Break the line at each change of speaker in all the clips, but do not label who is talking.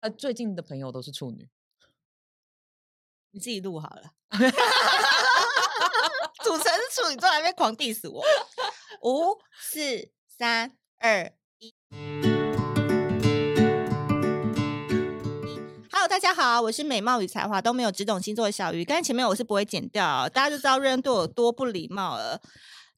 呃，最近的朋友都是处女，
你自己录好了。 主持人是处女座，还没狂 diss 我。五、四、三、二、一。Hello，大家好，我是美貌与才华都没有，只懂星座的小鱼。刚才前面我是不会剪掉，哦大家就知道瑞恩对我多不礼貌了。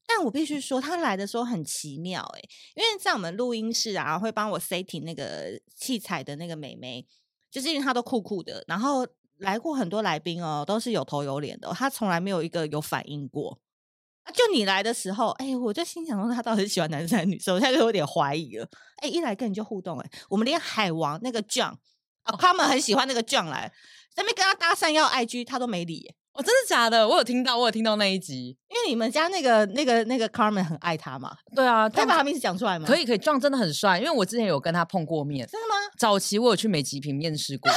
但我必须说，他来的时候很奇妙哎、因为在我们录音室啊，会帮我 setting 那个器材的那个美眉，就是因为她都酷酷的，然后来过很多来宾哦，都是有头有脸的哦、她从来没有一个有反应过。啊，就你来的时候，哎、我就心想说，她到底是喜欢男生还是女生？我现在就有点怀疑了。哎、一来跟你就互动、哎，我们连海王那个 John
哦
啊，他们很喜欢那个 John 来，在那边跟他搭讪要 IG，他都没理、哎
哦，真的假的？我有听到，我有听到那一集。
因为你们家那个那个那个 Carmen 很爱他嘛，
对啊，
可以
他
把他名字讲出来吗？
可以可以壮真的很帅，因为我之前有跟他碰过面，
真的吗？
早期我有去美极品面试 过，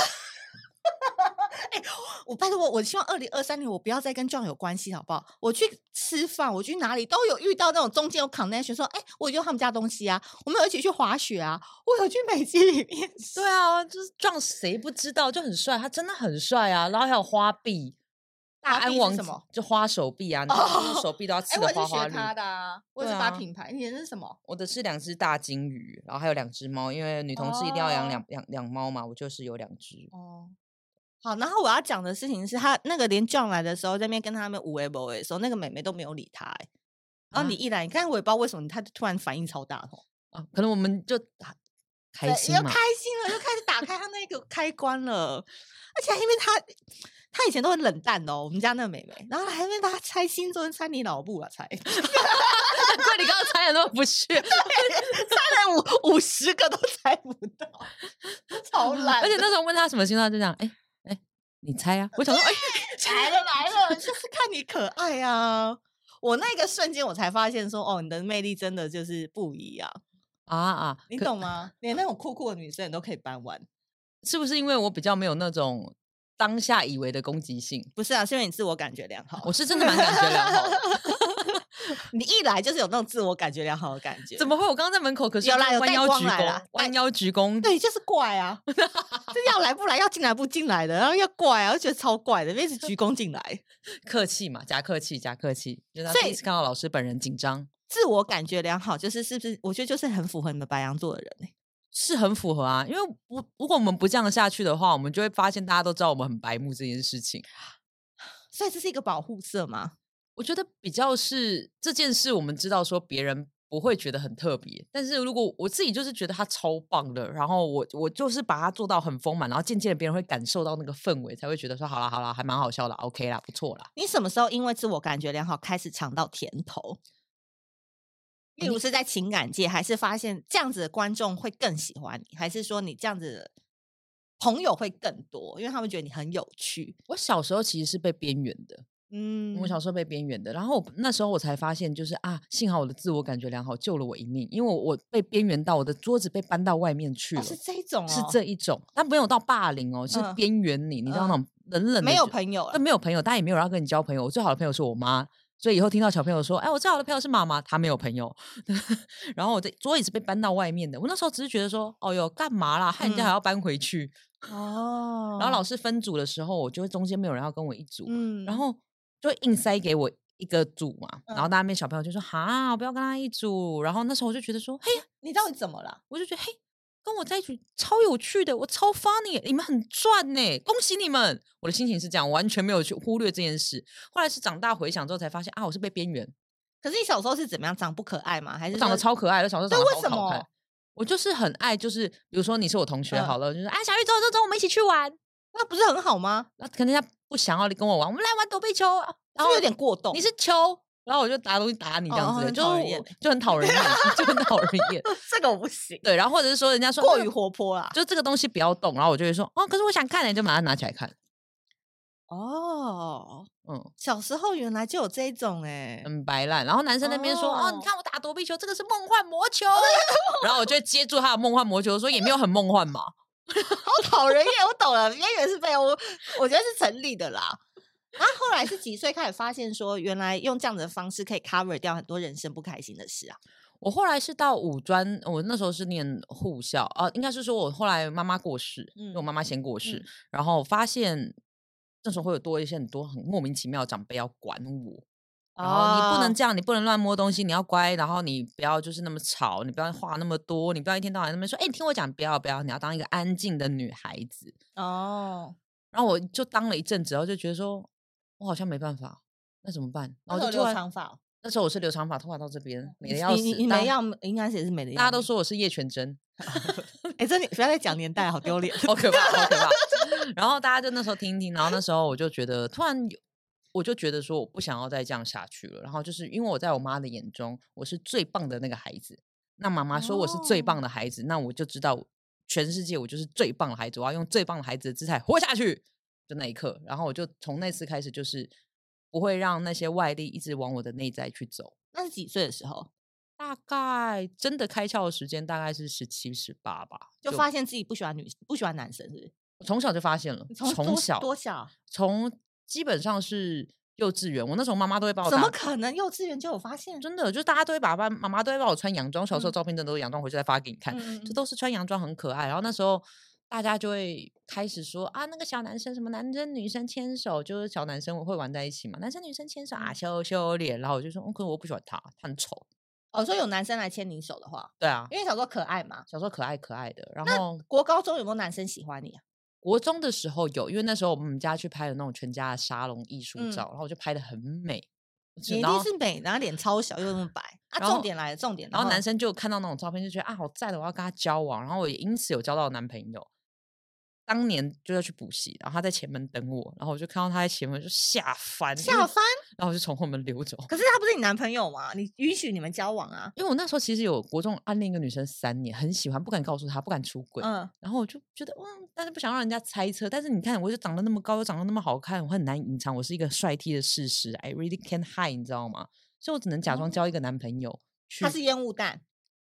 我拜托我，我希望二零二三年我不要再跟 John 有关系，好不好？我去吃饭，我去哪里都有遇到那种中间有 connection，说哎、我用他们家东西啊，我们有一起去滑雪啊，我有去美肌里 面。
对啊，就是壮谁不知道就很帅，他真的很帅啊。然后还有花臂，大
花臂
安
是
王
什
子
么
就花手臂啊，你知道就是手臂都要
哎、
刺
我
的
也
花
是
花
学
绿。
他的啊，我也是
对
把
啊
品牌，你的是什么？
我的是两只大金鱼，然后还有两只猫，因为女同事一定要养
哦
两两两猫嘛，我就是有两只。
哦，好，然后我要讲的事情是他那个连 John 来的时候，在那边跟他们五 A 五 A 的时候，那个妹妹都没有理他、欸。然后你
啊
一来，你看我也不知道为什么，他就突然反应超大哦，
啊，可能我们就打开
对
心
又
嘛
开， 心了，又开始打开他那个开关了。而且因为他他以前都很冷淡的哦，我们家那个妹妹，然后还因为他猜星座，猜你老布啊， 猜
难怪你刚
啊
刚猜的那么不屑，
猜了五五十个都猜不到， 超 懒
而
的。
且那时候问他什么星座，他就讲哎哎，你猜啊？我想说哎，
来了来了，就是看你可爱啊！我那个瞬间我才发现说，哦，你的魅力真的就是不一样，
啊啊，
你
可
懂吗？连那种酷酷的女生你都可以搬弯，
是不是因为我比较没有那种当下以为的攻击性？
不是啊？是因为你自我感觉良好，
我是真的蛮感觉良好 的，
你一来就是有那种自我感觉良好的感觉，
怎么会？我刚刚在门口可是
有
这
啦
样
有
弯
带
腰
光
鞠
来
躬
啦，哎
弯腰鞠躬，
对，就是怪啊， 就要来不来，要进来不进来的，然后要怪啊，我就觉得超怪的，因为一直鞠躬进来，
客气嘛，夹客气，夹客气。就是他
所
第一
以
次看到老师本人紧张，
自我感觉良好，就是是不是？我觉得就是很符合你们白羊座的人、欸、
是很符合啊，因为不如果我们不这样下去的话，我们就会发现大家都知道我们很白目这件事情。
所以这是一个保护色吗？
我觉得比较是这件事，我们知道说别人不会觉得很特别，但是如果我自己就是觉得它超棒的，然后我我就是把它做到很丰满，然后渐渐的别人会感受到那个氛围，才会觉得说好啦好啦，还蛮好笑的，OK 啦，不错啦。
你什么时候因为自我感觉良好开始尝到甜头？例如是在情感界，还是发现这样子的观众会更喜欢你，还是说你这样子的朋友会更多，因为他们觉得你很有趣？
我小时候其实是被边缘的，
嗯
我小时候被边缘的，然后我那时候我才发现，就是啊，幸好我的自我感觉良好救了我一命，因为我我被边缘到我的桌子被搬到外面去了，
哦是这一种、哦，
是这一种，但没有到霸凌哦，是
嗯
边缘你，你知道那种冷冷的
没有
就
朋友
但
了，
没有朋友，但也没有人要跟你交朋友。我最好的朋友是我妈，所以以后听到小朋友说：“哎，我最好的朋友是妈妈。”她没有朋友， 然后我的桌椅是被搬到外面的。我那时候只是觉得说：“哦哟，干嘛啦？害人家还
嗯
要搬回去。
哦
然后老师分组的时候，我就会中间没有人要跟我一组，
嗯
然后就硬塞给我一个组嘛。然
嗯
后那边小朋友就说：“哈，我不要跟他一组。”然后那时候我就觉得说：“嘿，
你到底怎么了？
我就觉得嘿，跟我在一起超有趣的，我超 funny，你们很赚呢，恭喜你们！我的心情是这样，完全没有去忽略这件事。后来是长大回想之后才发现啊，我是被边缘，
可是你小时候是怎么样？长不可爱吗？还
我
是
长得
说
超可爱的，小时候
嗯对
长得
为
好
什
好看
么。
我就是很爱，就是比如说你是我同学
嗯
好了，我就是哎小玉走走走，我们一起去玩。
那不是很好吗？
那可能人家不想要跟我玩，我们来玩躲避球啊，
是
然
不
后
是有点过动？
你是球，然后我就打东西打你这样
哦
子的，
很
就
讨
是
人厌
我
欸
就很讨人厌， 就很讨人厌。
这个我不行，
对，然后或者是说人家说嗯
过
那
于活泼啦。
就这个东西不要动，然后我就会说，哦，可是我想看呢，就马上拿起来看。
哦，
嗯，
小时候原来就有这一种哎、
很白烂。然后男生那边说，哦你
哦
看我打躲避球，这个是梦幻魔 球。然后我就接住他的梦幻魔球，说也没有很梦幻嘛。
好讨人厌，我懂了，边缘是被我，我觉得是成立的啦。然后后来是几岁开始发现说，原来用这样子的方式可以 cover 掉很多人生不开心的事啊？
我后来是到五专，我那时候是念护校啊，应该是说我后来妈妈过世，因为我妈妈先过世，
嗯
然后发现那时候会有多一些很多很莫名其妙的长辈要管我。然后
哦
你不能这样，你不能乱摸东西，你要乖，然后你不要就是那么吵，你不要话那么多，你不要一天到晚在那边说，哎、你听我讲，不要不要，你要当一个安静的女孩子。
哦，
然后我就当了一阵子，然后就觉得说，我好像没办法，那怎么办？然
那
后
时
就
候
突
留
然
长发哦，
那时候我是留长发，头发到这边，美的
你
要死。
你你
大
没
家
要，应该也是没的要。
大家都说我是叶全真，
哎，真的不要再讲年代，好丢脸。
好可怕，好可怕。然后大家就那时候听一听，然后那时候我就觉得，突然有，我就觉得说我不想要再这样下去了。然后就是因为我在我妈的眼中，我是最棒的那个孩子。那妈妈说我是最
哦
棒的孩子，那我就知道全世界我就是最棒的孩子，我要用最棒的孩子的姿态活下去。就那一刻，然后我就从那次开始，就是不会让那些外力一直往我的内在去走。
那是几岁的时候
大概真的开窍的时间大概是十七、十八吧，
就发现自己不喜欢女，不喜欢男生，是不是？
我从小就发现了，
你
从
多
小
多小？
从基本上是幼稚园，我那时候妈妈都会把我
怎么
打
可能幼稚园就有发现？
真的，就大家都会把爸妈妈都会帮我穿洋装，小时候
嗯
照片真的都是洋装，回去再发给你看，
嗯
就都是穿洋装很可爱。然后那时候大家就会开始说啊，那个小男生什么男生女生牵手，就是小男生会玩在一起嘛，男生女生牵手啊，
嗯
羞羞脸。然后我就说，嗯，可是我不喜欢他，他很丑。
哦，说有男生来牵你手的话，
对啊，
因为小时候可爱嘛。
小时候可爱可爱的，然后
国高中有没有男生喜欢你啊？
国中的时候有，因为那时候我们家去拍了那种全家的沙龙艺术
嗯
照，然后我就拍的很美。就
你一
然
定
后
是美，然后脸超小又那么白啊！
然
重
后
点来了，重点。
然后男生就看到那种照片，就觉得啊好赞的，我要跟他交往。然后我也因此有交到男朋友。当年就要去补习，然后他在前门等我，然后我就看到他在前门就吓翻，因为
下翻，
然后我就从后门溜走。
可是他不是你男朋友吗？你允许你们交往啊？
因为我那时候其实有国中暗恋一个女生三年，很喜欢，不敢告诉她，不敢出轨。
嗯，
然后我就觉得，嗯，但是不想让人家猜测。但是你看，我就长得那么高，又长得那么好看，我很难隐藏我是一个帅 T 的事实。I really can't hide，你知道吗？所以我只能
哦
假装交一个男朋友。去
他是烟雾弹，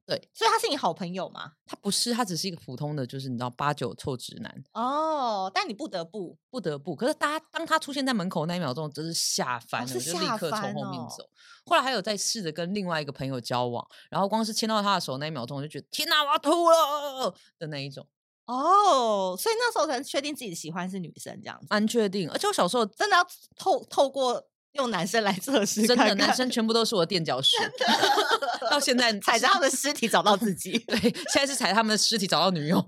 对，
所以他是你好朋友嘛？
他不是，他只是一个普通的，就是你知道八九臭直男，
哦，但你不得不，
不得不。可是大家当他出现在门口那一秒钟，我真是吓翻了，
哦是
我就立
吓
刻从
翻
后面
哦
走。后来还有再试着跟另外一个朋友交往，然后光是牵到他的手那一秒钟，我就觉得天哪，我要吐了的那一种。
哦，所以那时候才确定自己喜欢是女生这样子，
安确定，而且我小时候
真的要透透过用男生来测试
真
看看，
的男生全部都是我的垫脚石，到现在。
踩着他们的尸体找到自己
对，现在是踩他们的尸体找到女友。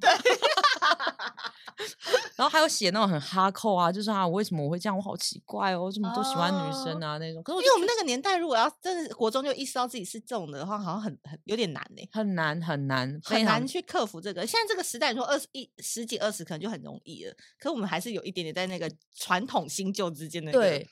然后还有写那种很哈扣啊，就是啊，我为什么我会这样？我好奇怪哦，为什么都喜欢女
哦
生啊、那种。 可是我
因
就
为我们那个年代，如果要真的国中就意识到自己是这种的话，好像很很有点难呢、
很难很难
很
非
难
常
去克服这个。现在这个时代，你说二十一十几二十可能就很容易了，可我们还是有一点点在那个传统新旧之间的、那个。
对，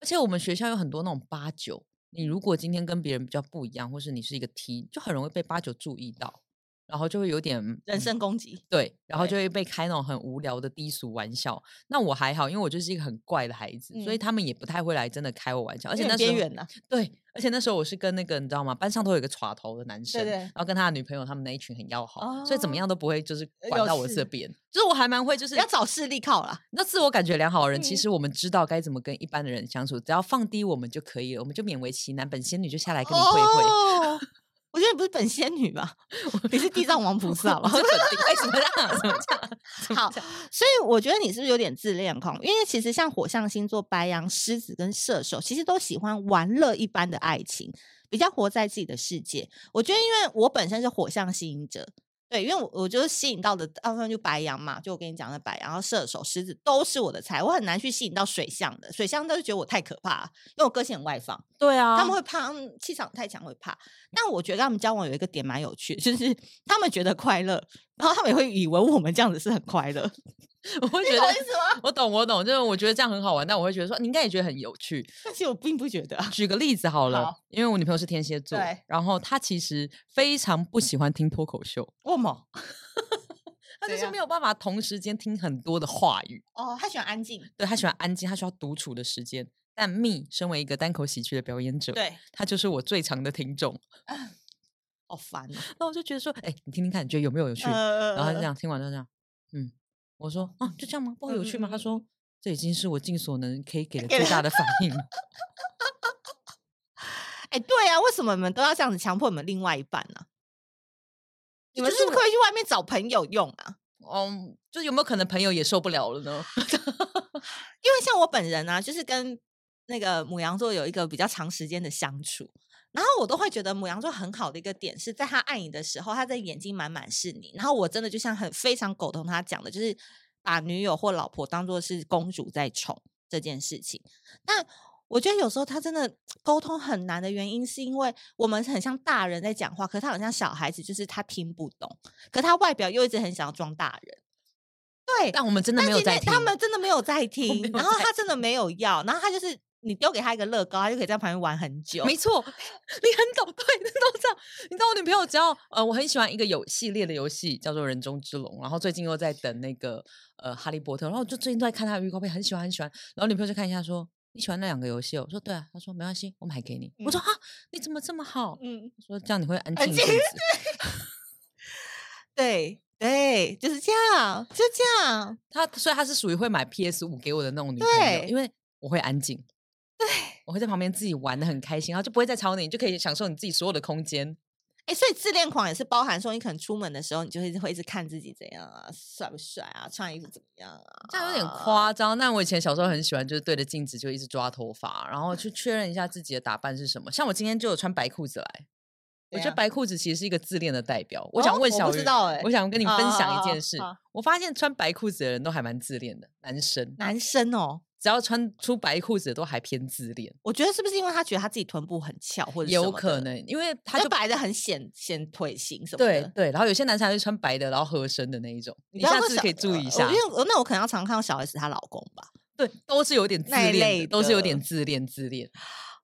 而且我们学校有很多那种八九，你如果今天跟别人比较不一样，或是你是一个 T，就很容易被八九注意到，然后就会有点
人
嗯
身攻击，
对，然后
对
就会被开那种很无聊的低俗玩笑。那我还好，因为我就是一个很怪的孩子，所以
嗯
他们也不太会来真的开我玩笑。而
而
且那时
边
候
缘呐、
对，而且那时候我是跟那个你知道吗？班上都有一个耍头的男生，
对
然后跟他的女朋友他们那一群很要好，所以怎么
哦
样都不会就是
呃
管
有
到我
事
这边。就是我还蛮会，就是
要找势力靠啦。
那自我感觉良好的人，其
嗯
实我们知道该怎么跟一般的人相处，只要放低我们就可以了，我们就勉为其难。本仙女就下来跟你会会。
哦 我觉得你不是本仙女吧？ 你是地藏王菩萨
我
吧
是？肯定，哎，怎么这 样？怎么这样？怎么
好
这样，
所以我觉得你是不是有点自恋狂？因为其实像火象星座、白羊、狮子跟射手，其实都喜欢玩乐一般的爱情，比较活在自己的世界。我觉得，因为我本身是火象吸引者，对，因为我我就是吸引到的大部分就白羊嘛，就我跟你讲的白羊，然后射手、狮子都是我的菜，我很难去吸引到水象的，水象都是觉得我太可怕了，因为我个性很外放。
对啊，
他们会怕，他们气场太强会怕。但我觉得他们交往有一个点蛮有趣，就是他们觉得快乐，然后他们也会以为我们这样子是很快乐。
我会觉
你
得
懂意思吗？
我懂，我懂，就是我觉得这样很好玩，但我会觉得说你应该也觉得很有趣。
但其实我并不觉得啊。
举个例子好了，
好
因为我女朋友是天蝎座
对，
然后她其实非常不喜欢听脱口秀，
为什么？
她就
怎
是
样
没有办法同时间听很多的话语，
哦，他喜欢安静。
对她喜欢安静，她需要独处的时间。但 me 身为一个单口喜剧的表演者，
对，
她就是我最长的听众，
好烦哦。
那我就觉得说，哎、你听听看，你觉得有没有有趣？
呃
然后他就这样听完就这样，嗯，我说啊，就这样吗？不会有趣吗？
嗯嗯
他
嗯
说这已经是我尽所能可以给的
给
最
的
大的反应了。
哎，对啊，为什么你们都要这样子强迫你们另外一半呢、你们
就是
不是可以去外面找朋友用啊？
嗯，就是有没有可能朋友也受不了了 呢？
因为像我本人啊，就是跟那个母羊座有一个比较长时间的相处，然后我都会觉得母羊座很好的一个点是在他爱你的时候，他的眼睛满满是你，然后我真的就像很非常苟同他讲的，就是把女友或老婆当做是公主在宠这件事情，但。我觉得有时候他真的沟通很难的原因，是因为我们很像大人在讲话，可是他很像小孩子，就是他听不懂，可他外表又一直很想要装大人。对，
但我们真的
但
没有
今
在
天
听，
他们真的没 有在听
没，有
然后
在
他真的没有要，然后他就是你丢给他一个乐高，他就可以在旁边玩很久。
没 错，你很懂，对，你都这样。你知道我女朋友只要呃，我很喜欢一个有系列的游戏叫做《人中之龙》，然后最近又在等那个呃《哈利波特》，然后我就最近都在看他的预告片，很喜欢很喜欢。然后女朋友就看一下说。你喜欢那两个游戏、哦？我说对啊，她说没关系，我买给你。我说啊，你怎么这么好？
嗯，
我说这样你会安静
安
一阵
静
子。
对对，就是这样，就这样。
她所以她是属于会买 PS 五给我的那种女朋友，
对
因为我会安静，对，我会在旁边自己玩的很开心，然后就不会再吵你，你就可以享受你自己所有的空间。
哎、所以自恋狂也是包含说，你可能出门的时候，你就会会一直看自己怎样啊，帅不帅啊，穿衣服怎么样啊，
这样有点。夸张。但我以前小时候很喜欢，就是对着镜子就一直抓头发，然后去确认一下自己的打扮是什么。像我今天就有穿白裤子来，我
怎
觉得
样
白裤子其实是一个自恋的代表。我
啊哦
想
我
问
不
小
知
鱼，
道欸
我想跟你
哦
分
哦
享
哦
一件
哦
事
好。
我发现穿白裤子的人都还蛮自恋的，男生
男生哦，
只要穿出白裤子的都还偏自恋，
我觉得是不是因为他觉得他自己臀部很翘，或者
有可，能因为他
他就
就。
摆的很显显腿型什么的。
对对，然后有些男生还会穿白的，然后合身的那一种，你
不要
下
说
次
小
可以注意一
呃
下。
我因为我那我可能要常看到小 S 她老公吧。
对，都是有点自
那
恋
一
的
类
都是有
的
点自恋自恋，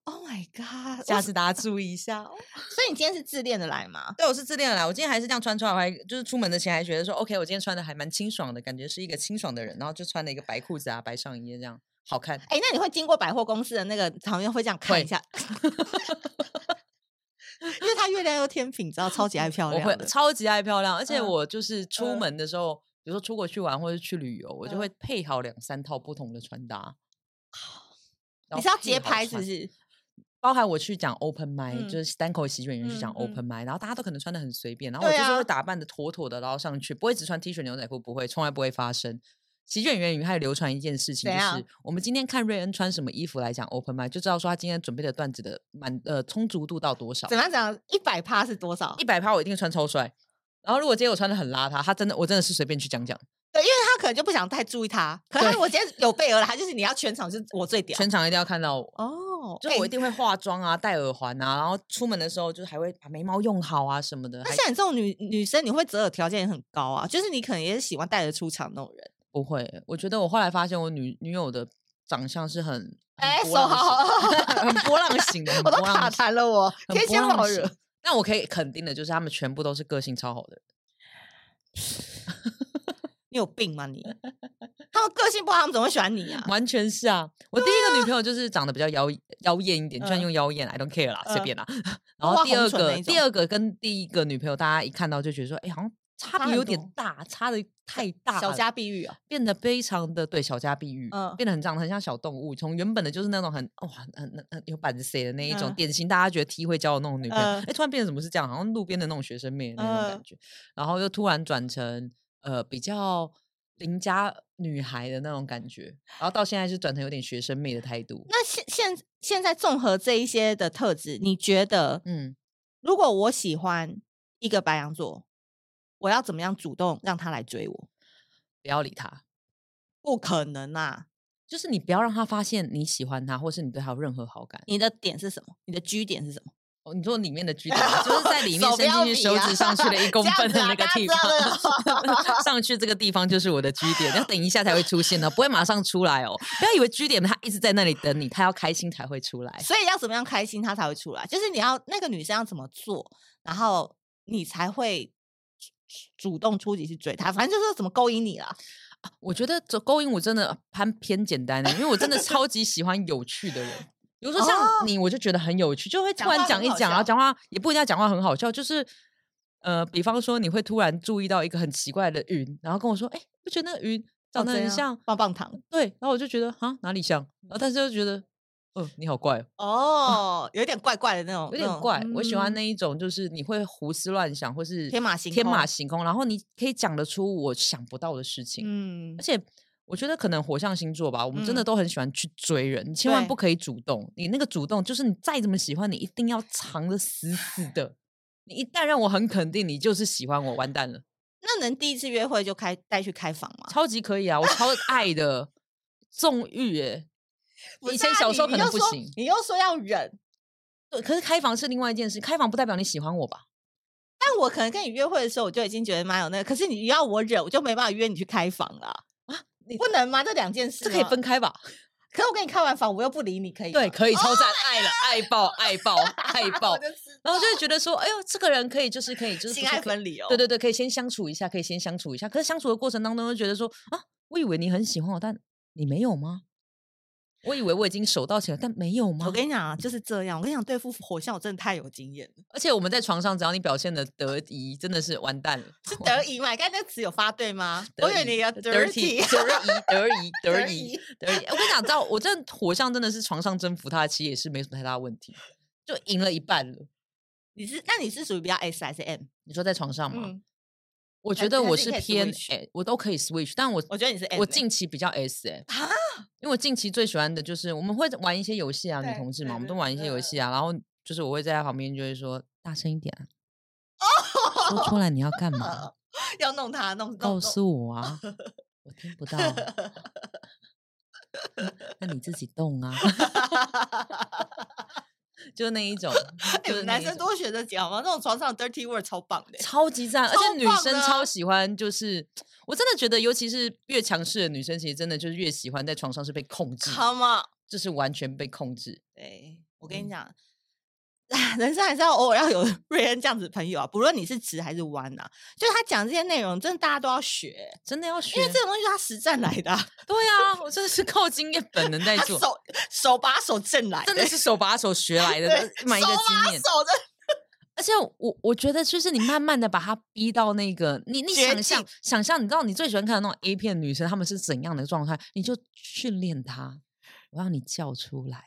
Oh my god！
下
我
次大家注意一下哦。
所以你今天是自恋的来吗？
对，我是自恋的啦。我今天还是这样穿出来，我还就是出门的前还觉得说，OK，我今天穿的还蛮清爽的，感觉是一个清爽的人，然后就穿了一个白裤子啊、白上衣这样，好看。
哎，那你会经过百货公司的那个场面会这样看
会
一下？ 因为他月亮又天平，你知道超 级爱漂
我
亮
会
的
超级爱漂亮，而且
嗯
我就是出
嗯
门的时候，比如说出国去玩或者去旅游，我就
嗯
会配好两三套不同的穿搭。然后
你是要
配
节
好
拍是
穿
不是？
包含我去讲 open m i
嗯
就是单口喜剧演员去讲
嗯嗯
open m i 然后大家都可能穿的很随便，然后我
对
就是
啊
会打扮的妥妥的，然后上去不会只穿 T 恤牛仔裤，不会，从来不会发生。喜剧演员里面还有流传一件事情，
怎
就
样
是我们今天看瑞恩穿什么衣服来讲 open m i 就知道说他今天准备的段子的满呃充足度到多少
怎。么样讲？一百趴是多少
一？百趴我一定穿超帅，然后如果今天我穿的很邋遢，他真的我真的是随便去讲讲，
对，因为他可能就不想太注意他。可
对
是他如果今天有备而来，他就是你要全场就是我最屌
全场一定要看到我。
哦。
就
哎
我一定会化妆啊，戴耳环啊，然后出门的时候就是还会把眉毛用好啊什么的，
那
还
像你这种女女生，你会择偶条件也很高啊，就是你可能也是喜欢带着出场那种人。
不会，我觉得我后来发现我女女友的长相是很
哎
很
手
波浪
好
型很波浪 型的，很
我都
波浪
卡
型
痰了我，
很
天
波
仙
浪
老
型
人。
但我可以肯定的就是，他们全部都是个性超好的人。
你有病吗你？ 他们个性不好，他们怎么会喜欢你啊？
完全是啊！我第一个女朋友就是长得比较妖妖艳一点，就算
嗯
用妖艳，I don't care 啦，随
嗯
便啦。 然
花
后第
红
二
唇那
个，
一
第
种
二个跟第一个女朋友，大家一看到就觉得说，哎，好像差
差
别
很
有点
多
大，差的太大了，
小家碧玉啊，
变得非常的对小家碧玉，
嗯
变得很长得很像小动物，从原本的就是那种很哇很很很有板子谁的那一种、
嗯
典型大家觉得 T 会交的那种女朋友，哎、
嗯
突然变成怎么是这样，好像路边的那种学生妹的那种感
嗯
觉，然后又突然转成呃比较邻家女孩的那种感觉，然后到现在是转成有点学生妹的态度，
那现现现在综合这一些的特质，你觉得，
嗯，
如果我喜欢一个白羊座，我要怎么样主动让他来追我？
不要理他。
不可能啊！
就是你不要让他发现你喜欢他，或是你对他有任何好感。
你的点是什么？你的居点是什么？
哦你说里面的居点吗，就是在里面
手
伸
不要
进去
比
手
啊
指上去的一公
这样
分的
子啊
那个
大家
地
知道
方， 上去这个地方就是我的居点，要等一下才会出现的，不会马上出来哦。不要以为居点他一直在那里等你，他要开心才会出来。
所以要怎么样开心，他才会出来？就是你要那个女生要怎么做，然后你才会主主动出击去追她。反正就是怎么勾引你啦。
哦我觉得走勾引我真的攀偏简单的，因为我真的超级喜欢有趣的人。比如说
哦
像你，我就觉得很有趣，就会突
讲
然
话
讲
很
一
好
讲，然后
笑
讲话也不一定要讲话很好笑，就是呃，比方说你会突然注意到一个很奇怪的云，然后跟我说：“哎、不觉得那个云长
哦
得
这
很
样
像
棒棒糖，
对，然后我就觉得啊哪里像，然后但是就觉得嗯，你好怪哦，
哦，有点怪怪的那种，
有
那
点
种
怪。我喜欢
嗯
那一种，就是你会胡思乱想，或是
天马行
天马
空
行空，然后你可以讲得出我想不到的事情。
嗯
而，且我觉得可能火象星座吧，我们真的
嗯
都很喜欢去追人，你千万
对
不可以主动。你那个主动就是你再怎么喜欢，你一定要藏得死死的。你一旦让我很肯定你就是喜欢我，完蛋了，
那能第一次约会就开带去开房吗？
超级可以啊，我超爱的，纵欲哎、
不
以
是
前
啊
小时候可
你
能
又
不
说
行
你又说要忍，
对，可是开房是另外一件事，开房不代表你喜欢我吧？
但我可能跟你约会的时候，我就已经觉得蛮有那个，可是你要我忍，我就没办法约你去开房了啊。
你
不能吗？这两件事
这可以
吗
分。开吧？
可是我跟你开完房，我又不理你，可以
对，
吗
可以超赞，爱了，爱爆，爱 爆，爱爆
我。就知
然后就
道
会觉得说，哎呦，这个人可以，就是可以，就是
性
不错
爱
可以
分离哦。
对对对，可以先相处一下，可以先相处一下。可是相处的过程当中，就觉得说啊，我以为你很喜欢我，但你没有吗？我以为我已经手到擒来，但没有吗？
我跟你讲啊，就是这样。我跟你讲，对付火象我真的太有经验 了，
而且我们在床上，只要你表现的得宜，真的是完蛋了。
是得意嘛？刚才那个词有发对吗？我以为你要
dirty
dirty，
得宜得宜得
得
宜
宜
得宜。哎我跟你讲，知道我真的火象真的是床上征服他，其实也是没什么太大问题，就赢了一半了。
你是那你是属于比较 S 还是 M？
你说在床上吗？
嗯，
我觉
还
得
还
我
是
是
你可以
偏
switch
哎，我都可以 switch，但我
我觉得你是 M
我
欸
近期比较 S 哎、
啊
因为我近期最喜欢的就是我们会玩一些游戏啊，女
对
同志嘛，
对
我们
对
都玩一些游
嗯
戏啊，然后就是我会在她旁边就会说大声一点啊，说出来你要干嘛，
要哦弄他弄弄
告
弄
诉我啊，我听不到啊，那你自己动 啊，就那一种，
哎
就是那
男
一
生
种
多学着讲嘛，那种床上 dirty word 超棒的欸。
超级赞，而
超
且女
棒
生
的
超
啊
喜欢，就是我真的觉得，尤其是越强势的女生，其实真的就是越喜欢在床上是被控制的，
Come on，
就是完全被控制。
对我跟
嗯
你讲， 人生还是要偶尔要有 瑞恩这样子的朋友啊，不论你是直还是弯啊，就是他讲这些内容，真的大家都要学，
真的要学，啊
因为这种东西是他实战来的啊、
对 啊，我真的是靠经验本能在
他
做，
手手把手挣来
真的是手把手学来的，
对
满一个
手把
经验。
手的
而且我我觉得，就是你慢慢的把他逼到那个，你你
绝
想象想象，你知道你最喜欢看的那种 A 片女生，她们是怎样的状态，你就训练她，我要你叫出 来。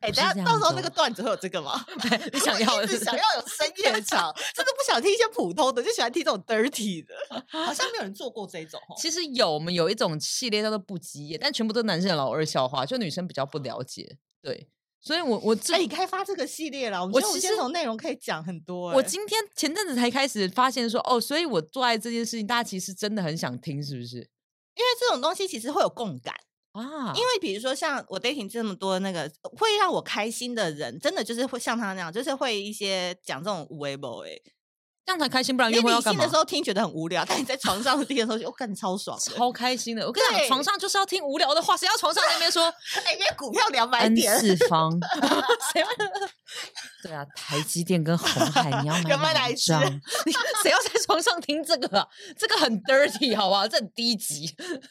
哎，
不
等
是
下
这
到
样
时候
子
那个
哦
段子会有这个吗？
你想要的
一直
是
想要有深夜场，真的不想听一些普通的，就喜欢听这种 dirty 的，好像没有人做过这种哦。
其实有，我们有一种系列叫做不羁夜，但全部都是男生的老二笑话，就女生比较不了解。对，所以我我这、
哎，你开发这个系列了，我
我
觉得我
其
们今
实
天从内容可以讲很多欸。
我今天前阵子才开始发现说，哦，所以我做爱这件事情，大家其实真的很想听，是不是
因为这种东西其实会有共感，
啊？
因为比如说像我 dating 这么多那个呃会让我开心的人，真的就是会像他那样，就是会一些讲这种无为不为。
这样才开心，不然
你
啊约会要
理
干
性
嘛
的时？候听觉得很无聊，但你在床上听的时候就更超爽的，
超开心的，我跟你讲，
对
床上就是要听无聊的话，谁要床上那边 说
哎，因为股票两百
N
点，
次方？谁 要？对啊，台积电跟红海，你要
要
买
买哪
哪
一
一
只
张？ 你谁要在床上听这个啊？这个很 dirty，好不好？这很低级。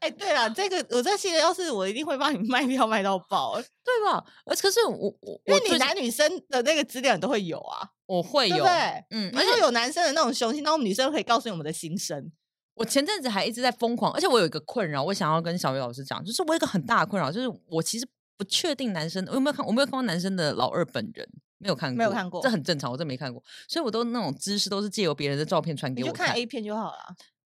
哎、对了，这个我这系列要是我一定会帮你卖票卖到爆，
对吧？而可是我我我
因为你
最近
男女生的那个资料你都会有啊，
我会
对
有
不，对？
嗯，而
而
且
且有男生的那种雄心，那我们女生可以告诉你我们的心声。
我前阵子还一直在疯狂，而且我有一个困扰，我想要跟小鱼老师讲，就是我有一个很大的困扰，就是我其实不确定男生我有没有看，我没有看过男生的老二本人。没有看过，
没有看过
这很正常，我真没看过，所以我都那种知识都是借由别人的照片传
你
给
就
我
看 A 片就好了，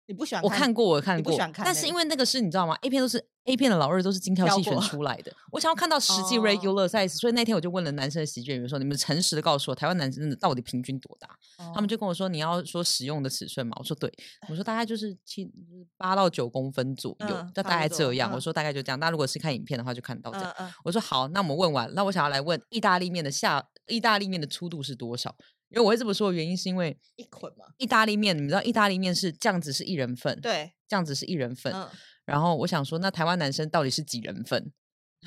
你不喜欢
我看过，我有看
你不
过，
喜欢看
但
那
是因
个
为那个是你知道吗？A 片都是 A 片的老二都是精挑
挑
细选
过
出来的，我想要看到实际
哦
regular size，、所以那天我就问了男生的喜剧演员说：“你们诚实的告诉我，台湾男生的到底平均多大？”他们
就
就跟我说：“你要说使用的尺寸嘛？”我说：“对。”我说：“大概就是七八到九公分左右，
嗯
就
差
大
不
概这
多
样。我
嗯
说：“大概就这样。那如果是看影片的话，就看到这
嗯
样。
嗯，
我说：“好，那我们问完。那我想要来问意大利面的下意大利面的粗度是多少？因为我会这么说的原因是因为
一捆嘛，
意大利面，你们知道意大利面是这样子是一人份，，
嗯对，
这样子是一人份。
嗯，
然后我想说，那台湾男生到底是几人份？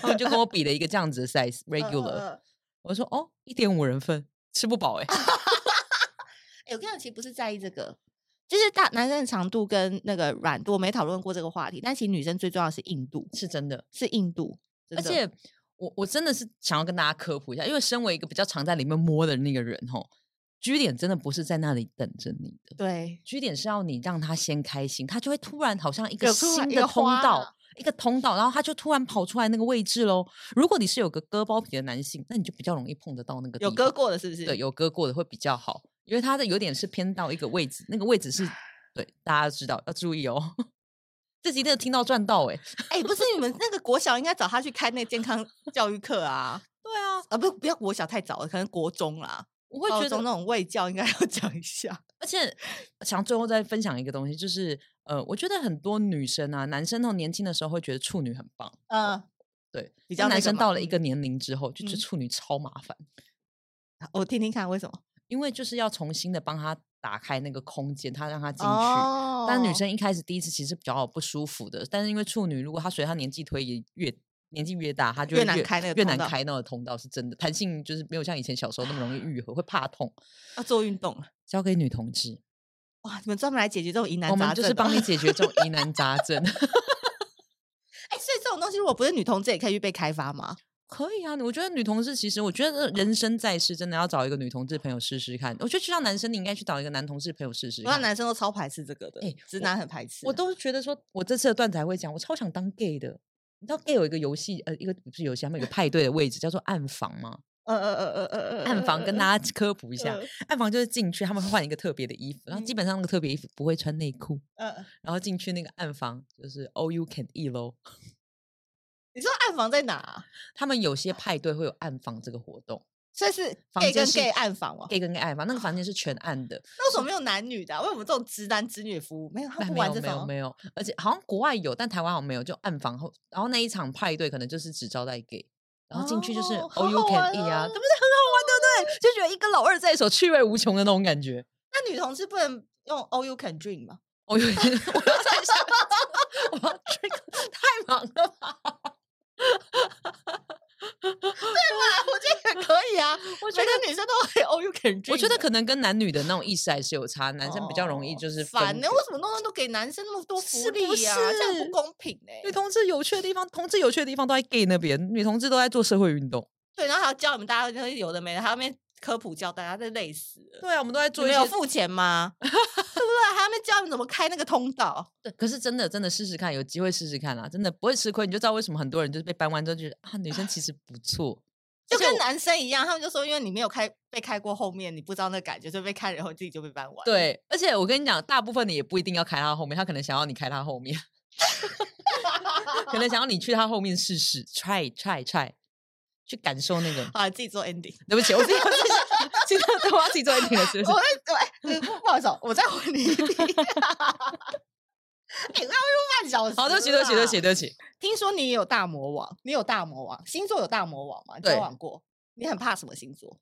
他们就跟我比了一个这样子的 size
嗯
regular，、
嗯嗯
我说：“哦，一点五人份，吃不饱哎、
哎，我跟你讲，其实不是在意这个，就是大男生的长度跟那个软度，我没讨论过这个话题。但其实女生最重要的是硬度，
是真的。”
是硬度，真
而
的
且我我真的是想要跟大家科普一下，因为身为一个比较常在里面摸的那个人吼，居点真的不是在那里等着你的，
对，
居点是要你让他先开心，他就会突然好像一个
有突然
新
一
的
个
通
花
道
了，
一个通道，然后他就突然跑出来那个位置喽。如果你是有个割包皮的男性，那你就比较容易碰得到那个
有
地
割
方
过的是不是？
对，有割过的会比较好，因为它的有点是偏到一个位置，那个位置是对大家知道要注意哦。 这集真的听到赚到哎、
哎、不是你们那个国小应该找他去开那个 健康教育课啊？
对啊，
啊，不，不要国小太早了，可能国中啦，
我会
高
觉得
中那种卫教应该要 讲一下。
而且想最后再分享一个东西，就是呃，我觉得很多女生啊，男生那种年轻的时候会觉得处女很棒，
嗯，
对，
比
但
较那
男
个
生
嘛
到了一
嗯
个年龄之后，就觉得
嗯
处女超麻烦，
我听听看为什么
因为就是要重新的帮他打开那个空间，他让他进去。
哦
但女生一开始第一次其实比较不舒服的，但是因为处女，如果她随着她年纪推移越年纪越大，她就
越
会
难
越
开那个
越
通
难
道
开那个通道，是真的弹性就是没有像以前小时候那么容易愈合，会怕痛。
要做运动了。
交给女同志，
哇，你们专门来解决这种疑难
我
杂
们
症
就
的，哦
是帮你解决这种疑难杂症。
哎、所以这种东西如果不是女同志也可以去被开发吗？
可以啊，我觉得女同志其实，我觉得人生在世，真的要找一个女同志朋友试试看。我觉得就像男生，你应该去找一个男同志朋友试试
我看
看。
男生都超排斥这个的，
啊哎
直
我
男很排斥。啊
我都觉得说，我这次的段子还会讲，我超想当 gay 的。你知道 gay 有一个游戏，呃，一个不是游戏，他们有个派对的位置叫做暗房吗？
呃呃呃呃呃呃，
暗房跟
家
大家科普一
一
下，，暗房就是进去，他们会换一个特别的衣服，然
嗯
后基本上那个特别衣服不会穿内裤，
呃呃，
然后进去那个暗房就是 all you can eat 咯。
你说暗房在哪啊？
他们有些派对会有暗房这个活动
所以是
房
gay
间
跟
是
gay 暗房哦。
，gay 跟 gay 暗房，那个房间是全暗的，
那为什么没有男女的啊、为什么这种直男直女服务没有？他
哎
不
没
玩
有
这
没有
种
没有，而且好像国外有，但台湾好像没有，就暗房后，然后那一场派对可能就是只招待 gay，然后进去就是
哦
all
好
you
好
can
玩
eat 啊，
哦
对不 对？很好玩，对不对？就觉得一个老二在手，趣味无穷的那种感觉。
那女同志不能用 all you can drink 吗？
我有点， 我要再想，我要这个 太忙了吧？
啊，我觉 得也可以啊。
我
我
觉
觉
得。
得女生都可以 all you can drink 的。
我觉得可能跟男女的那种意识还是有差，男生比较容易
哦
就是
烦
分
呢、
别
为什么弄弄都给男生那么多福
是不
利呀、啊？这样
是
不公平呢、
女同志有趣的地方，同志有趣的地方都在 gay 那边，女同志都在做社会运 动。
对，然后还要教你们大家那些有的没的，还要面科普教大家，这累死了。
对啊，我们都在
你
做一
们
些
有付钱吗？对不对？还要面教你们怎么开那个通道？
对，可是真的真的试试看，有机会试试看啦，真的不会吃亏，你就知道为什么很多人就是被搬完之后就觉得啊，女生其实不 错。
就
而且
跟
我
男生一样，他们就说，因为你没有开被开过后面，你不知道那感觉，就被开了以后自己就被搬完了。
对，而且我跟你讲，大部分的也不一定要开他后面，他可能想要你开他后面， 可能想要你去他后面试试，try try try，去感受那个。
好，自己做 ending。
对不起，我自己我自己，今天我要自己做一点了，是不
我
是？
在对，不不好意思哦，我再问你一题。 哎，那要用半小时。
好，对不起，对不起，对不起，。对不起。
听说你也有大魔王，你有大魔王，星座有大魔王吗？你交
对
往过？你很怕什么星座？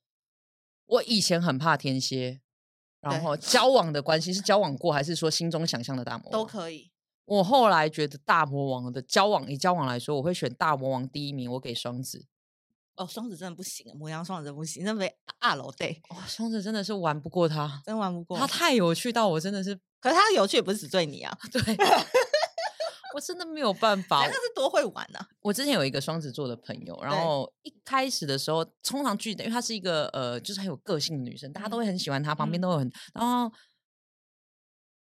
我以前很怕天蝎，然
对
后交往的关系是交往过，还是说心中想象的大魔
都
王
可以。
我后来觉得大魔王的交往以交往来说，我会选大魔王第一名，我给双子。
哦，双子真的不行，母羊双子真的不行，那被二楼对，
哇、双子真的是玩不过他，
真玩不过
他。太有趣到我真的是
可是他有趣也不是只对你啊，
对， 我 真的没有办法
反。正是多会玩啊。
我之前有一个双子座的朋友，然
对
后一开始的时候，通常聚的，因为她是一个呃，就是很有个性的女生，大家都会很喜欢她，旁边
嗯
都有很，然后。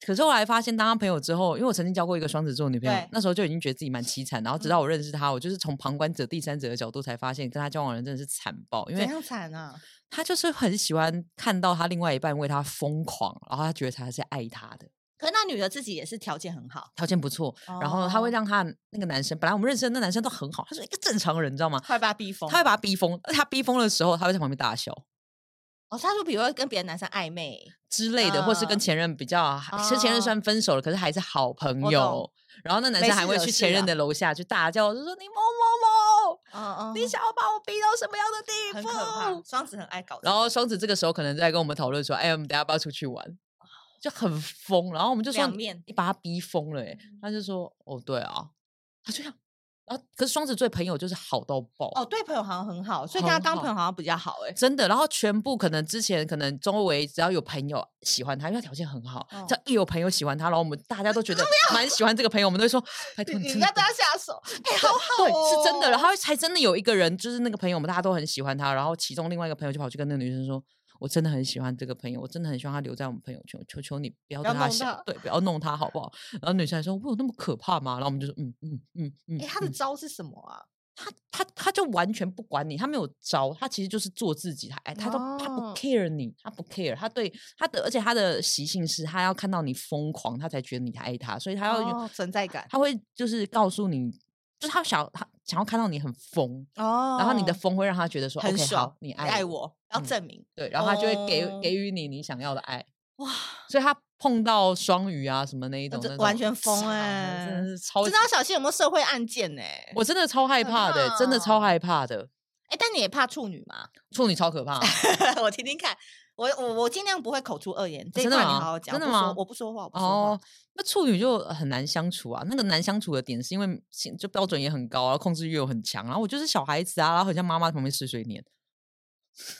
可是后来发现，当她朋友之后，因为我曾经交过一个双子座女朋友
对，嗯
那时候就已经觉得自己蛮凄惨。然后直到我认识她，我就是从旁观者、第三者的角度才发现，跟她交往的人真的是惨爆，因
怎
为
样惨啊？
她就是很喜欢看到她另外一半为她疯狂，然后她觉得她是爱她的，
可是那女的自己也是条件很好，
条件不错，然后她会
哦
让她那个男生，本来我们认识的那男生都很好，他是一个正常人，你知道吗？
快把他逼疯。
他会把他逼疯，而且他逼疯的时候，他会在旁边大笑
哦，他就比如说跟别的男生暧昧，
之类的，或是跟
嗯哦
前任比较，其实前任虽然分手了，可是还是好朋
我
友
懂。
然后那男
没
生还
事
会
惹
去
事
前任
啊
的楼下去大叫，就说你某某某，
嗯嗯
你想要把我逼到什么样的
哦很
地
可怕
步，？
双子很爱搞这种。
然后双子这个时候可能在跟我们讨论说，哎，我们等一下要不要出去玩？就很疯。然后我们就说
两
你
面嗯
你把他逼疯了，哎，他就说哦对啊，他就这样。然后可是双子座朋友就是好到爆
哦，对朋友好像很好，所以跟他
很
当朋友
好
好像比较好哎、
真的。然后全部可能之前可能周围只要有朋友喜欢他，因为他条件很好，
哦
只要一有朋友喜欢他，然后我们大家都 觉得蛮喜欢这个朋友，我们都会说拜托
你你
真
不要
的
对他下手，哎、好好、
对，
哦，
是真的。然后才真的有一个人，就是那个朋友，我们大家都很喜欢他。然后其中另外一个朋友就跑去跟那个女生说：“我真的很喜欢这个朋友，我真的很希望他留在我们朋友圈，我求求你不要
不要
跟他
弄
想
他，
对，不要弄他好不好？然后女生还说，我有那么可怕吗？然后我们就说，嗯嗯嗯嗯，
哎、他的
嗯
招是什么啊？
他他他就完全不管你，他没有招，他其实就是做自己，他哎，他都他不
哦
care 你，他不 care，他对他的，而且他的习性是他要看到你疯狂，他才觉得你爱他，所以他要有、
哦存在感
他会就是告诉你，就是他想要他想要看到你很疯，
哦
然后你的疯会让他觉得说
很
OK
爽
好，，你爱
爱我，要
嗯
证明。
对，然后他就会给、
哦
给予你你想要的爱，
哇，哦
所以他碰到双鱼啊什么那一种
这
那
完
种
全疯
操
哎
真的是超
真的要小心有没有社会案件呢、欸？
我真的超害
很
怕的，真的超
怕
害怕的，
哎、但你也怕处女吗？
处女超可怕。
我听听看，我我我尽量不会口出恶言，这一
哦真的
块你
吗
好好讲。
真的
我不说
吗
我不说话，我不说话。
哦，那处女就很难相处啊。那个难相处的点是因为性就标准也很高，然后控制欲又很强，然后我就是小孩子啊，然后很像妈妈在旁边碎碎念。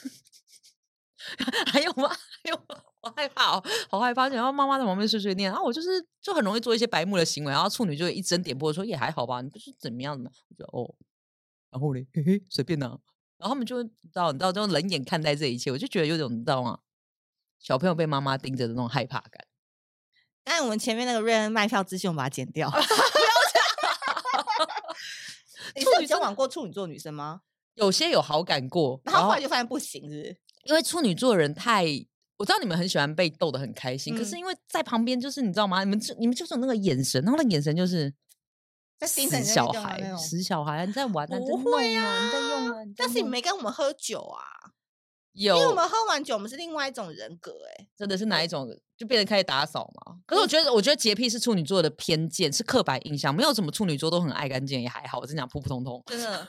还有吗？ 还有吗？好害怕哦，好害怕！然后妈妈在旁边碎碎念，然后我就是就很容易做一些白目的行为，然后处女就会一针点破说也还好吧，你不是怎么样的？我就哦，然后嘞，嘿嘿，随便呐、然后他们就会你知道，你知道，就冷眼看待这一切，我就觉得有种你知道吗？小朋友被妈妈盯着的那种害怕感。
但我们前面那个瑞恩卖票资讯，我们把它剪 掉。不要这样。你是
处
有
女
交
真的
往过处女座女生 吗？
有些有好感过，
然后后来就发现不行，是不是？
因为处女座的人太，我知道你们很喜欢被逗得很开心，可是
嗯
因为在旁边就是你知道吗？你们就你们就是有那个眼神，然后那个眼神就是
在盯着
死
你在
小
干嘛那
孩，
种
死小孩，你在玩啊，你在
不会
弄啊，你在用啊，
但是你
你
没跟我们喝酒啊，
有
因为我们喝完酒，我们是另外一种人格、哎，
真的是哪一种就变得开始打扫嘛？可是
嗯
我觉得，我觉得洁癖是处女座的偏见，是刻板印象，没有什么处女座都很爱干净，也还好，我真讲普普通通。
真 的。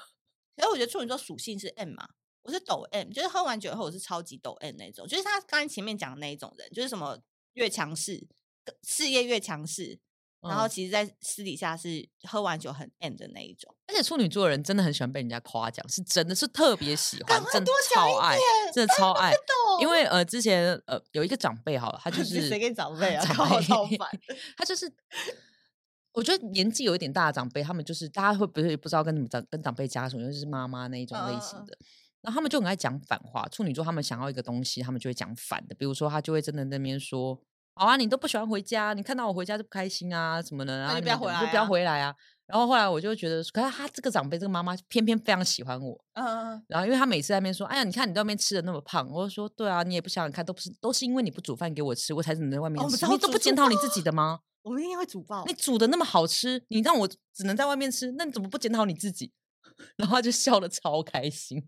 然后我觉得处女座属性是 M 嘛，我是抖 M，就是喝完酒以后我是超级抖 M 那种，就是他刚才前面讲的那一种人，就是什么越强势，事业越强势，然
嗯
后其实在私底下是喝完酒很 M 的那一种。
而且处女座的人真的很喜欢被人家夸奖，是真的是特别喜
赶
欢，
快
真的
多讲
超
一
爱，真的超爱。
懂
因为呃，之前呃有一个长辈好了， 他就
哦你
是
谁跟你长辈啊？
长
靠，超
辈
烦。
他就是，我觉得年纪有一点大的长辈，他们就是大家会不会不知道跟你们长跟长辈家属，尤其是妈妈那一种类型
嗯嗯嗯
的。然后他们就很爱讲反话，处女座他们想要一个东西，他们就会讲反的。比如说，他就会真的那边说：“好啊，你都不喜欢回家，你看到我回家就不开心啊，什么的啊，
就
你
不要
们
回
就
来
不要
啊
回来啊。”然后后来我就觉得，可是他这个长辈这个妈妈偏偏非常喜欢我，
嗯，
然后因为他每次在那边说，哎呀，你看你在外面吃的那么胖，我就说，对啊，你也不想想看，都不是都是因为你不煮饭给我吃，我才能在外面
哦我们
吃，
超
你都
煮哦
不检
出
讨你自己的吗？
我们一定会煮爆
你。煮的那么好吃，你让我只能在外面吃，那你怎么不检讨你自己？然后他就笑的超开心。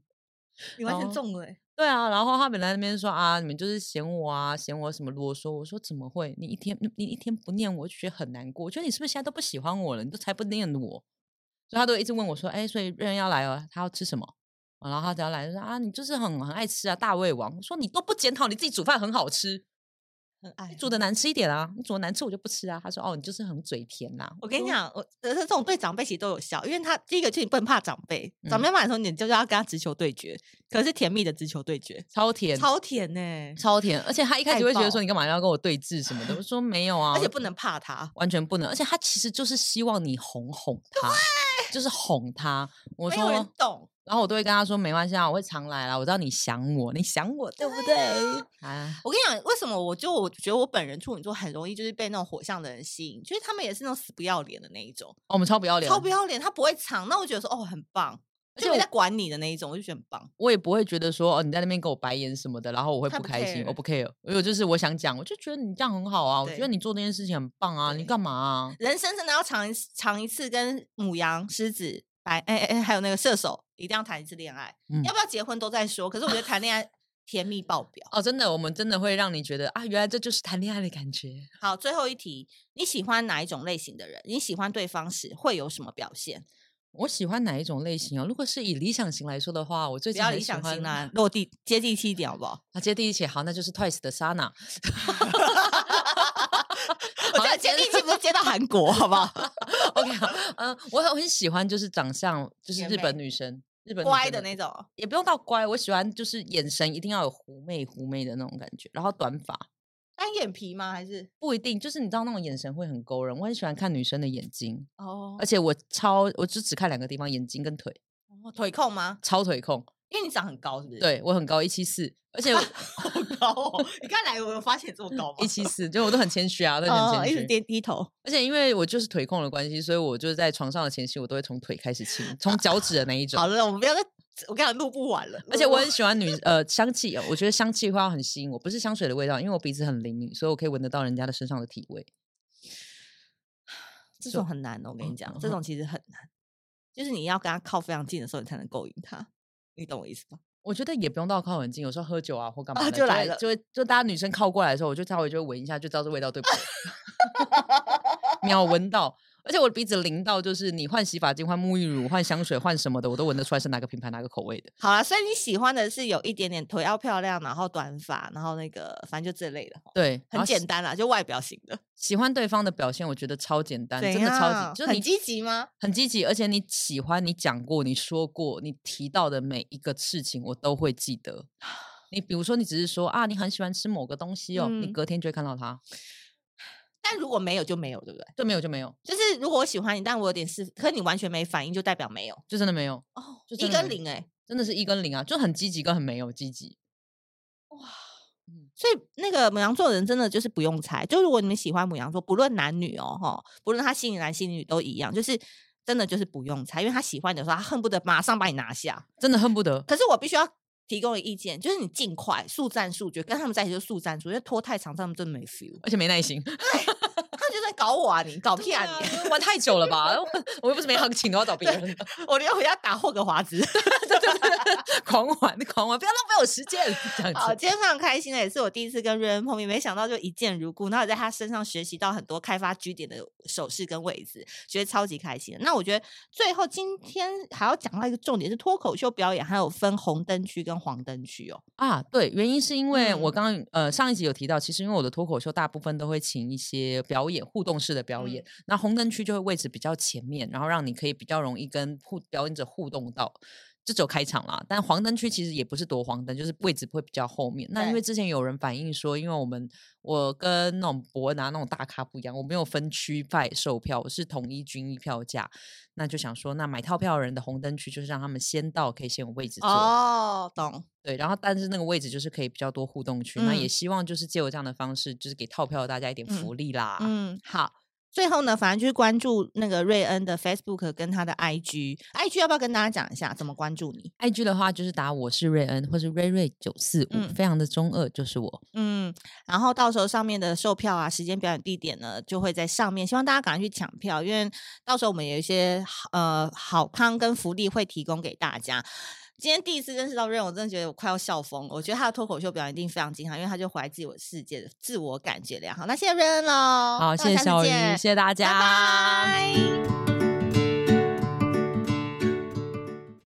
你完全
哦
中了欸，
对啊，然后他本来那边说啊，你们就是嫌我啊，嫌我什么啰嗦。我说怎么会？你一天你一天不念我，我就觉得很难过。我觉得你是不是现在都不喜欢我了？你都才不念我，所以他都一直问我说，哎，所以瑞恩要来哦，他要吃什么？啊然后他只要来就说啊，你就是很很爱吃啊，大胃王。我说你都不检讨你自己煮饭很好吃，
很爱
你煮的难吃一点啊，你煮的难吃我就不吃啊。他说哦，你就是很嘴甜呐、
我跟你
说
讲，我呃这种对长辈其实都有效，因为他第一个就是你不能怕长辈，长
嗯
辈骂你的时候，你就是要跟他直球对决，可是甜蜜的直球对决，
超甜，
超甜呢、欸，
超甜，而且他一开
太
始会觉得
爆
说你干嘛要跟我对峙什么的，我说没有啊，
而且
我
不能怕他。
完全不能，而且他其实就是希望你哄哄他，就是哄他。我
没
说
有，人懂，
然后我都会跟他说没关系啊，我会常来啦，我知道你想我，你想我对不对？啊，
我跟你讲，为什么我就我觉得我本人处女座很容易就是被那种火象的人吸引，就是他们也是那种死不要脸的那一种，
哦我们超不要脸，
超不要脸，他不会藏，那我觉得说哦很棒，
而
就
且
没
我
在管你的那一种，我就觉得很棒。
我也不会觉得说哦你在那边给我白眼什么的，然后我会
他
不
不
开心，我
care
不 care，因为我就是我想讲，我就觉得你这样很好啊，我觉
对
得你做那件事情很棒啊，
对
你干嘛啊？
人生真的要尝一次尝一次跟母羊、狮子、白哎哎哎，还有那个射手，一定要谈一次恋爱。
嗯
要不要结婚都在说，可是我觉得谈恋爱甜蜜爆表。
哦，真的，我们真的会让你觉得啊，原来这就是谈恋爱的感觉。
好，最后一题，你喜欢哪一种类型的人？你喜欢对方时会有什么表现？
我喜欢哪一种类型啊？如果是以理想型来说的话，我最
不
近
要
很
理
喜
想型
欢
啦，落地接地气一点好不 好？
啊，接地气好，那就是 Twice 的 Sana。
我觉得接地气不是接到韩国好 不好？
OK，好，嗯，我很很喜欢就是长相就是
甜
日本
美
女生，日本女
乖
生
的那种，
也不用到乖，我喜欢就是眼神一定要有狐媚狐媚的那种感觉，然后短发
单眼皮吗？还是
不一定，就是你知道那种眼神会很勾人，我很喜欢看女生的眼睛，
哦
而且我超我就只看两个地方，眼睛跟腿，
哦腿控吗？
超腿控。
因为你长很高，是不是？，
对我很高一七四，而且
好高哦！你看来我有发现你这么高吗？
一七四，就我都很谦虚啊，都很
哦，一
谦
直
虚。
低低头。
而且因为我就是腿控的关系，所以我就是在床上的前期，我都会从腿开始亲，从脚趾的那一种
啊好。了，我们不要再，我跟你讲，录不完了。
而且
录不
我很喜欢女呃香气，我觉得香气会要很吸引我，不是香水的味道，因为我鼻子很灵敏，所以我可以闻得到人家的身上的体味。
这种很难的，哦我跟你讲，这
嗯
种其实很难，就是你要跟他靠非常近的时候，你才能勾引他。你懂我意思吗？
我觉得也不用到靠很近，有时候喝酒啊或干嘛
啊
的、
就来
会
了
就会就大家女生靠过来的时候，我就稍微就会闻一下，就知道这味道对不对， 秒闻到。而且我的鼻子灵到，就是你换洗发精、换沐浴乳、换香水、换什么的，我都闻得出来是哪个品牌、哪个口味的。
好啦，所以你喜欢的是有一点点腿要漂亮，然后短发，然后那个反正就这类的吼，
对，然
很
后喜
简单啦，就外表型的。
喜欢对方的表现，我觉得超简单，
怎
真的超
样
级，就是
很
你
积极吗？
很积极，而且你喜欢，你讲过，你说过，你提到的每一个事情，我都会记得。你比如说，你只是说啊，你很喜欢吃某个东西哦，你
嗯
隔天就会看到它，
但如果没有就没有，对不对？
就没有就没有，
就是如果我喜欢你，但我有点事，可你完全没反应，就代表没有
就真的没有，
哦，
就
一
真的
跟
没有
零哎、
真的是一跟零啊，就很积极跟很没有积极。
所以那个母羊座的人真的就是不用猜，就如果你们喜欢母羊座，不论男女哦，哈，不论他吸引男吸引女都一样，就是真的就是不用猜，因为他喜欢你的时候，他恨不得马上把你拿下。
真的恨不得，
可是我必须要提供的意见就是你尽快速战速决，跟他们在一起就速战速决，因为拖太长他们真的没 feel，
而且没耐心，
他们就在搞我啊你，搞屁
对
啊
啊
你，
玩太久了吧？ 我我又不是没行情，都要找别人了，
我连回家打霍格华兹。
狂玩狂玩，不要浪费我时间，这样子。
好，呃今天非常开心的，欸也是我第一次跟瑞恩碰面，没想到就一见如故，然后也在他身上学习到很多开发据点的手势跟位置，觉得超级开心的。那我觉得最后今天还要讲到一个重点是脱口秀表演，还有分红灯区跟黄灯区哦。
啊，对，原因是因为我
嗯
刚刚呃上一集有提到，其实因为我的脱口秀大部分都会请一些表演互动式的表演，那红灯区就会位置比较前面，然后让你可以比较容易跟互表演者互动到。这只有开场啦，但黄灯区其实也不是多黄灯，就是位置会比较后面。那因为之前有人反映说，因为我们我跟那种博拿那种大咖不一样，我没有分区派售票，我是统一均一票价。那就想说，那买套票的人的红灯区就是让他们先到，可以先有位置坐。
哦，懂。
对，然后但是那个位置就是可以比较多互动区，那也
嗯
希望就是借由这样的方式，就是给套票的大家一点
嗯
福利啦。
嗯，好。最后呢，反正就是关注那个瑞恩的 Facebook 跟他的 IG，IG 要不要跟大家讲一下怎么关注你？
IG 的话就是打我是瑞恩或是瑞瑞九四五，
嗯
非常的中二，就是我。
嗯，然后到时候上面的售票啊、时间、表演地点呢，就会在上面。希望大家赶快去抢票，因为到时候我们有一些好呃好康跟福利会提供给大家。今天第一次认识到瑞，我真的觉得我快要笑疯了。我觉得他的脱口秀表演一定非常精彩，因为他就活在自我世界的自我感觉良好。那谢谢瑞恩喽，
好，
那
谢谢
下次
小鱼，
见
谢谢大
拜
家。
拜